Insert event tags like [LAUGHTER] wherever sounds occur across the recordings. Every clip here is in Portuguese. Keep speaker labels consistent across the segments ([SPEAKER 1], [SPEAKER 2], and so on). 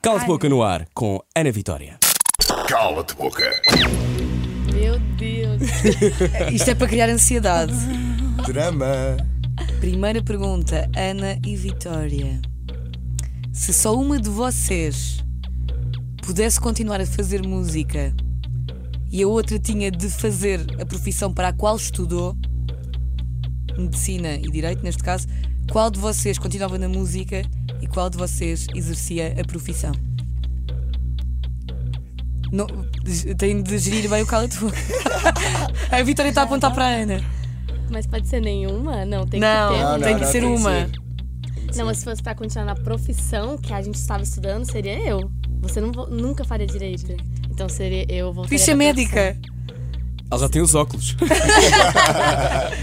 [SPEAKER 1] Cala-te boca no ar com Ana Vitória.
[SPEAKER 2] Cala-te boca.
[SPEAKER 3] Meu Deus.
[SPEAKER 4] Isto é para criar ansiedade.
[SPEAKER 5] Drama.
[SPEAKER 4] Primeira pergunta, Ana e Vitória. Se só uma de vocês pudesse continuar a fazer música e a outra tinha de fazer a profissão para a qual estudou, medicina e direito neste caso, qual de vocês continuava na música e qual de vocês exercia a profissão? Não, tenho de gerir bem o cala-te-boca. [LAUGHS] A Vitória está a apontar para a Ana.
[SPEAKER 3] Mas pode ser nenhuma? Não, tem
[SPEAKER 4] Não,
[SPEAKER 3] que ter.
[SPEAKER 4] Não,
[SPEAKER 3] uma.
[SPEAKER 4] não, tem que
[SPEAKER 5] tem
[SPEAKER 4] ser
[SPEAKER 5] que
[SPEAKER 4] uma.
[SPEAKER 5] ser.
[SPEAKER 3] Não, mas se fosse pra continuar na profissão que a gente estava estudando, seria eu. Você não vo- nunca faria direito. Então seria eu voltaria
[SPEAKER 4] Ficha
[SPEAKER 6] é
[SPEAKER 3] pra
[SPEAKER 4] médica.
[SPEAKER 1] Ela Ah, já tem os óculos.
[SPEAKER 3] profissão.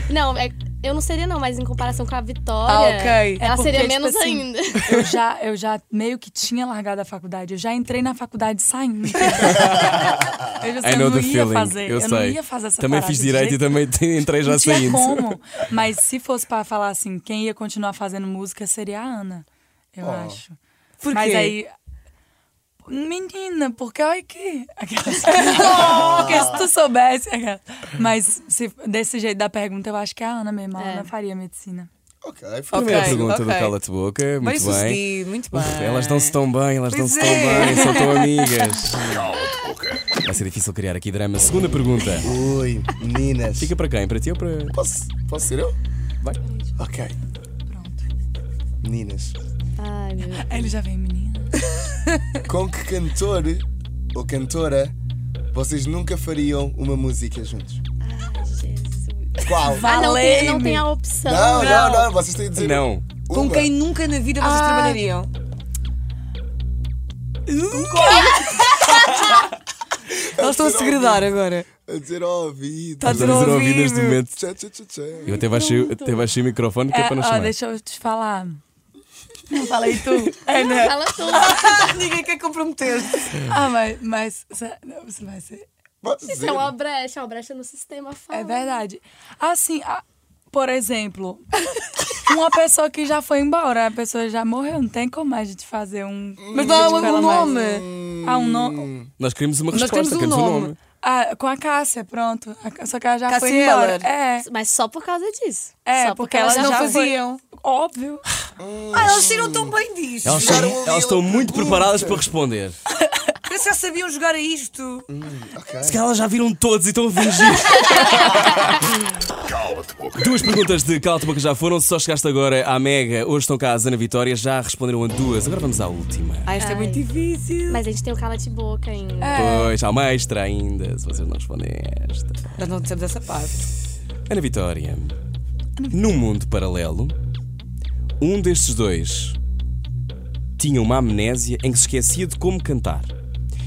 [SPEAKER 3] Não, é- eu não seria não, mas em comparação com a Vitória,
[SPEAKER 4] Ah, ok.
[SPEAKER 3] ela
[SPEAKER 6] É porque,
[SPEAKER 3] seria
[SPEAKER 6] tipo
[SPEAKER 3] menos
[SPEAKER 6] assim,
[SPEAKER 3] ainda.
[SPEAKER 6] Eu já, eu já meio que tinha largado a faculdade. Eu já entrei na faculdade
[SPEAKER 1] [LAUGHS]
[SPEAKER 6] saindo. eu já
[SPEAKER 1] I
[SPEAKER 6] eu
[SPEAKER 1] know
[SPEAKER 6] não
[SPEAKER 1] the
[SPEAKER 6] ia
[SPEAKER 1] feeling.
[SPEAKER 6] fazer.
[SPEAKER 1] eu
[SPEAKER 6] Eu, não
[SPEAKER 1] sei.
[SPEAKER 6] ia fazer essa
[SPEAKER 1] também
[SPEAKER 6] parada
[SPEAKER 1] fiz
[SPEAKER 6] de
[SPEAKER 1] direito e
[SPEAKER 6] jeito
[SPEAKER 1] também te- entrei já
[SPEAKER 6] não tinha
[SPEAKER 1] saindo. [LAUGHS]
[SPEAKER 6] como. Mas se fosse pra falar assim, quem ia continuar fazendo música seria a Ana, eu
[SPEAKER 5] Oh.
[SPEAKER 6] acho.
[SPEAKER 4] Por
[SPEAKER 6] Mas
[SPEAKER 4] quê?
[SPEAKER 6] aí. Menina, porque olha aqui.
[SPEAKER 3] [LAUGHS]
[SPEAKER 6] Aquelas... porque se tu soubesse. aquelas- Mas se- desse jeito da pergunta, eu acho que a Ana mesmo. A
[SPEAKER 3] É.
[SPEAKER 6] Ana faria medicina.
[SPEAKER 5] Ok, foi
[SPEAKER 1] Primeira
[SPEAKER 4] Ok,
[SPEAKER 1] pergunta do
[SPEAKER 4] ok.
[SPEAKER 1] Cala-te Boca.
[SPEAKER 4] Bem
[SPEAKER 1] Muito bem.
[SPEAKER 4] sucedido, muito bem.
[SPEAKER 1] Uf, elas dão-se tão bem, elas
[SPEAKER 4] Pois
[SPEAKER 1] dão-se tão
[SPEAKER 4] é.
[SPEAKER 1] bem, são tão amigas.
[SPEAKER 2] Cala-te boca.
[SPEAKER 1] Vai ser difícil criar aqui drama. Segunda pergunta.
[SPEAKER 5] Oi, meninas.
[SPEAKER 1] Fica para quem? Para ti ou para.
[SPEAKER 5] Posso, posso ser eu?
[SPEAKER 1] Vai.
[SPEAKER 5] Ok.
[SPEAKER 6] Pronto.
[SPEAKER 5] Meninas,
[SPEAKER 3] Ai, meu Deus.
[SPEAKER 6] Aí ele já vem, menina.
[SPEAKER 5] com que cantor ou cantora vocês nunca fariam uma música juntos?
[SPEAKER 3] Ai, Jesus.
[SPEAKER 5] Qual?
[SPEAKER 3] Ah, não tem, não
[SPEAKER 6] Valei-me.
[SPEAKER 3] tem a opção.
[SPEAKER 5] Não, não, não, vocês têm de dizer.
[SPEAKER 1] Não.
[SPEAKER 5] uma.
[SPEAKER 4] Com quem nunca na vida vocês
[SPEAKER 6] Ah.
[SPEAKER 4] trabalhariam? Elas estão a segredar agora.
[SPEAKER 5] A dizer ao ouvido.
[SPEAKER 4] Tá a dizer
[SPEAKER 1] Estamos a
[SPEAKER 4] ao
[SPEAKER 1] dizer ouvido neste
[SPEAKER 4] ouvido.
[SPEAKER 1] momento.
[SPEAKER 5] Tchá, tchá, tchá, tchá.
[SPEAKER 1] Eu até baixei, até baixei o microfone que é,
[SPEAKER 6] É,
[SPEAKER 1] para não
[SPEAKER 6] ó,
[SPEAKER 1] chamar.
[SPEAKER 6] deixa eu te falar. É, né?
[SPEAKER 4] Falei
[SPEAKER 6] [LAUGHS]
[SPEAKER 4] tu.
[SPEAKER 1] É.
[SPEAKER 4] Ana.
[SPEAKER 3] Fala tudo.
[SPEAKER 4] [LAUGHS] Ninguém quer comprometer-te.
[SPEAKER 6] Ah, mas, mas se- não, isso vai ser.
[SPEAKER 5] Pode dizer.
[SPEAKER 3] Isso é uma brecha, uma brecha no sistema. Fala.
[SPEAKER 6] É verdade. Assim, a- por exemplo, uma pessoa que já foi embora, a pessoa já morreu, não tem como a gente fazer um.
[SPEAKER 4] Mas dá
[SPEAKER 6] vídeo com ela
[SPEAKER 4] um
[SPEAKER 6] mais.
[SPEAKER 4] nome.
[SPEAKER 6] Ah, um nome.
[SPEAKER 1] Nós queremos uma
[SPEAKER 4] Nós
[SPEAKER 1] resposta,
[SPEAKER 4] queremos um
[SPEAKER 1] queremos um
[SPEAKER 4] nome.
[SPEAKER 1] nome.
[SPEAKER 6] Ah, com a Cássia, pronto. A Cá- Só que ela já foi
[SPEAKER 4] Cássia
[SPEAKER 6] embora.
[SPEAKER 4] Eller.
[SPEAKER 6] É,
[SPEAKER 3] Mas só por causa disso.
[SPEAKER 6] é
[SPEAKER 3] só
[SPEAKER 6] porque elas
[SPEAKER 4] elas não
[SPEAKER 6] já
[SPEAKER 4] faziam.
[SPEAKER 6] Foi... Óbvio.
[SPEAKER 4] Ah, elas tiram tão bem disto.
[SPEAKER 1] Elas
[SPEAKER 5] Chegaram
[SPEAKER 1] estão,
[SPEAKER 2] um
[SPEAKER 5] ali
[SPEAKER 1] elas estão
[SPEAKER 5] outra
[SPEAKER 1] muito
[SPEAKER 5] pergunta.
[SPEAKER 1] preparadas para responder.
[SPEAKER 4] Parece que já sabiam jogar a isto.
[SPEAKER 5] Ok.
[SPEAKER 1] Se calhar elas já viram todos e estão a fingir.
[SPEAKER 2] Cala-te boca.
[SPEAKER 1] [LAUGHS] duas perguntas de Cala-te Boca já foram. Se só chegaste agora à Mega, hoje estão cá a Zana Vitória, já responderam a duas. Agora vamos à última.
[SPEAKER 4] Ah, isto é muito difícil.
[SPEAKER 3] Mas a gente tem o cala-te-boca ainda.
[SPEAKER 6] É.
[SPEAKER 1] Pois, há uma extra ainda, se vocês não respondem a esta.
[SPEAKER 4] Nós não dissemos essa parte.
[SPEAKER 1] Ana Vitória, num mundo paralelo, um destes dois tinha uma amnésia em que se esquecia de como cantar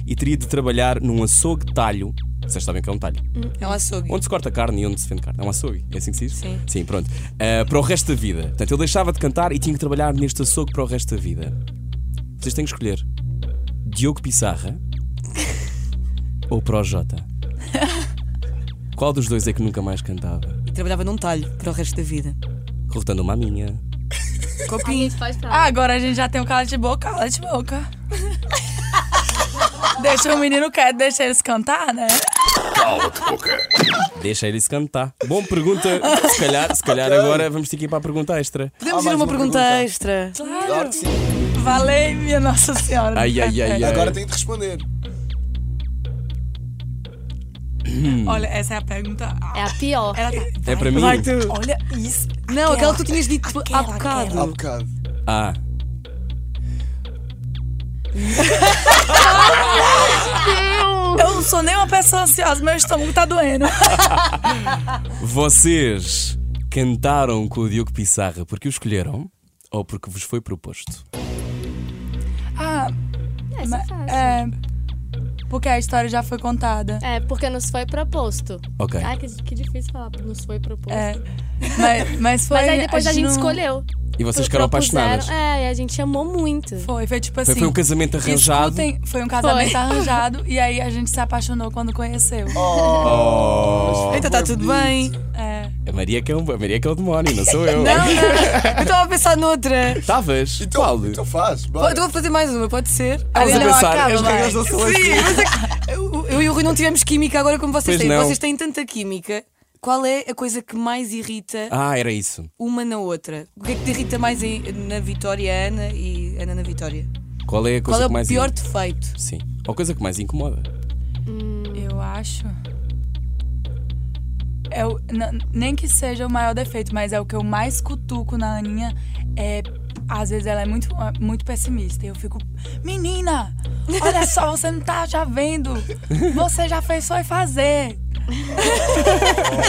[SPEAKER 1] e teria de trabalhar num açougue talho. Vocês sabem o que é um talho?
[SPEAKER 4] É um açougue.
[SPEAKER 1] Onde se corta carne e onde se vende carne. É um açougue, é assim que se diz?
[SPEAKER 4] Sim.
[SPEAKER 1] Sim, pronto. Ah, para o resto da vida. Portanto, ele deixava de cantar e tinha que trabalhar neste açougue para o resto da vida. Vocês têm que escolher Diogo
[SPEAKER 6] [LAUGHS]
[SPEAKER 1] Pissarra ou Projota. Qual dos dois é que nunca mais cantava?
[SPEAKER 4] E trabalhava num talho para o resto da vida.
[SPEAKER 1] Cortando uma minha.
[SPEAKER 4] Copinho.
[SPEAKER 3] Pode falar.
[SPEAKER 6] Ah, agora a gente já tem o cala de boca, cala de boca. [LAUGHS] deixa o menino quieto, deixa eles cantar, né?
[SPEAKER 2] Cala-te boca.
[SPEAKER 1] Deixa ele se cantar. Bom, pergunta. Se calhar, se calhar agora vamos ter que ir para a pergunta extra.
[SPEAKER 4] Podemos
[SPEAKER 5] Ah,
[SPEAKER 4] ir a
[SPEAKER 5] mais
[SPEAKER 4] uma
[SPEAKER 5] uma
[SPEAKER 4] pergunta
[SPEAKER 5] pergunta.
[SPEAKER 4] extra.
[SPEAKER 5] Claro que sim.
[SPEAKER 6] Valei, minha Nossa Senhora.
[SPEAKER 1] Ai, ai,
[SPEAKER 4] É.
[SPEAKER 1] ai, ai.
[SPEAKER 5] Agora tem de responder.
[SPEAKER 6] Olha, essa é a pergunta.
[SPEAKER 3] É a pior.
[SPEAKER 6] Ela tá...
[SPEAKER 1] É para mim?
[SPEAKER 6] Vai tu. Olha isso.
[SPEAKER 4] Não, aquela que tu tinhas dito há
[SPEAKER 6] Aquela,
[SPEAKER 4] bocado.
[SPEAKER 5] Há bocado.
[SPEAKER 1] Ah.
[SPEAKER 6] Eu não sou nem uma pessoa ansiosa, meu estômago tá doendo.
[SPEAKER 1] Vocês cantaram com o Diogo Pissarra porque o escolheram ou porque vos foi proposto?
[SPEAKER 6] Ah,
[SPEAKER 3] Essa é fácil.
[SPEAKER 6] é. Porque a história já foi contada.
[SPEAKER 3] É, porque nos foi proposto.
[SPEAKER 1] Ok.
[SPEAKER 4] Ah,
[SPEAKER 3] Ai, que, que difícil falar, nos foi proposto.
[SPEAKER 6] É. Mas, mas foi.
[SPEAKER 3] Mas aí depois a gente
[SPEAKER 6] não-
[SPEAKER 3] escolheu.
[SPEAKER 1] E vocês ficaram
[SPEAKER 3] Propuseram.
[SPEAKER 1] apaixonadas?
[SPEAKER 4] Ah,
[SPEAKER 3] É, e a gente amou muito.
[SPEAKER 6] Foi, foi tipo
[SPEAKER 1] Foi,
[SPEAKER 6] assim.
[SPEAKER 1] foi um casamento arranjado.
[SPEAKER 6] escutem, foi um casamento
[SPEAKER 3] Foi.
[SPEAKER 6] arranjado e aí a gente se apaixonou quando conheceu.
[SPEAKER 1] Ah,
[SPEAKER 5] Oh,
[SPEAKER 4] Então está tá tudo bem.
[SPEAKER 6] É.
[SPEAKER 1] A Maria que é, um, a Maria que é o demónio, não sou eu.
[SPEAKER 4] Não, não. Eu estava a pensar noutra.
[SPEAKER 1] Estavas? Qual?
[SPEAKER 5] Então faz,
[SPEAKER 4] Pô,
[SPEAKER 5] bora.
[SPEAKER 4] Estou a fazer mais uma, pode ser?
[SPEAKER 1] Estavas a
[SPEAKER 4] Ariana,
[SPEAKER 1] pensar,
[SPEAKER 4] acaba,
[SPEAKER 1] as
[SPEAKER 4] vai.
[SPEAKER 1] regras da seleção.
[SPEAKER 4] Sim, mas é que eu, eu e o Rui não tivemos química agora como vocês
[SPEAKER 1] Pois
[SPEAKER 4] têm.
[SPEAKER 1] não.
[SPEAKER 4] Vocês têm tanta química. Qual é a coisa que mais irrita
[SPEAKER 1] Ah, era isso.
[SPEAKER 4] uma na outra? O que é que te irrita mais em- na Vitória, Ana e Ana na Vitória?
[SPEAKER 1] Qual é a
[SPEAKER 4] Qual
[SPEAKER 1] coisa
[SPEAKER 4] é
[SPEAKER 1] que
[SPEAKER 4] o
[SPEAKER 1] mais
[SPEAKER 4] pior
[SPEAKER 1] incomoda?
[SPEAKER 4] defeito?
[SPEAKER 1] Sim. Ou a coisa que mais incomoda?
[SPEAKER 6] Eu acho. É o- n- nem que seja o maior defeito, mas é o que eu mais cutuco na Aninha. É, às vezes ela é muito, muito pessimista. E eu fico, menina, olha só, você não tá já vendo. Você já fez só e fazer.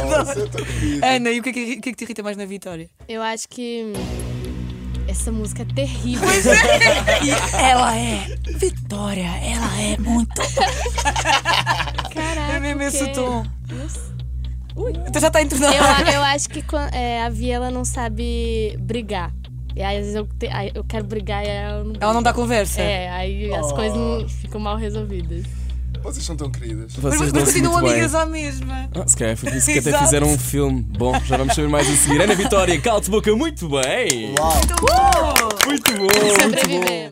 [SPEAKER 5] Nossa, eu tô querido.
[SPEAKER 4] Ana, e o que é que, o que é que te irrita mais na Vitória?
[SPEAKER 3] Eu acho que. Essa música é terrível.
[SPEAKER 6] Ela é Vitória, ela é muito.
[SPEAKER 3] Caraca.
[SPEAKER 4] É mesmo
[SPEAKER 3] Ah, o
[SPEAKER 4] esse
[SPEAKER 3] quê?
[SPEAKER 4] o tom.
[SPEAKER 3] Nossa.
[SPEAKER 4] Então já está entonado.
[SPEAKER 3] Eu, a- eu acho que quan- é, a Vi ela não sabe brigar. E aí, às vezes eu, te- aí eu quero brigar e ela não.
[SPEAKER 4] Ela
[SPEAKER 3] briga.
[SPEAKER 4] não dá conversa.
[SPEAKER 3] É, aí as coisas não- ficam mal resolvidas.
[SPEAKER 5] Vocês são tão queridas.
[SPEAKER 4] Mas,
[SPEAKER 1] Vocês
[SPEAKER 4] mas
[SPEAKER 1] dão-se
[SPEAKER 4] continuam
[SPEAKER 1] muito bem.
[SPEAKER 4] amigas à mesma.
[SPEAKER 1] Ah, se calhar foi por isso que até
[SPEAKER 4] Exato.
[SPEAKER 1] fizeram um filme. Bom, já vamos saber mais a seguir. Ana Vitória, cala-te boca, muito bem!
[SPEAKER 5] Uau.
[SPEAKER 4] Então, uou!
[SPEAKER 1] Muito bom!
[SPEAKER 3] Sobreviver.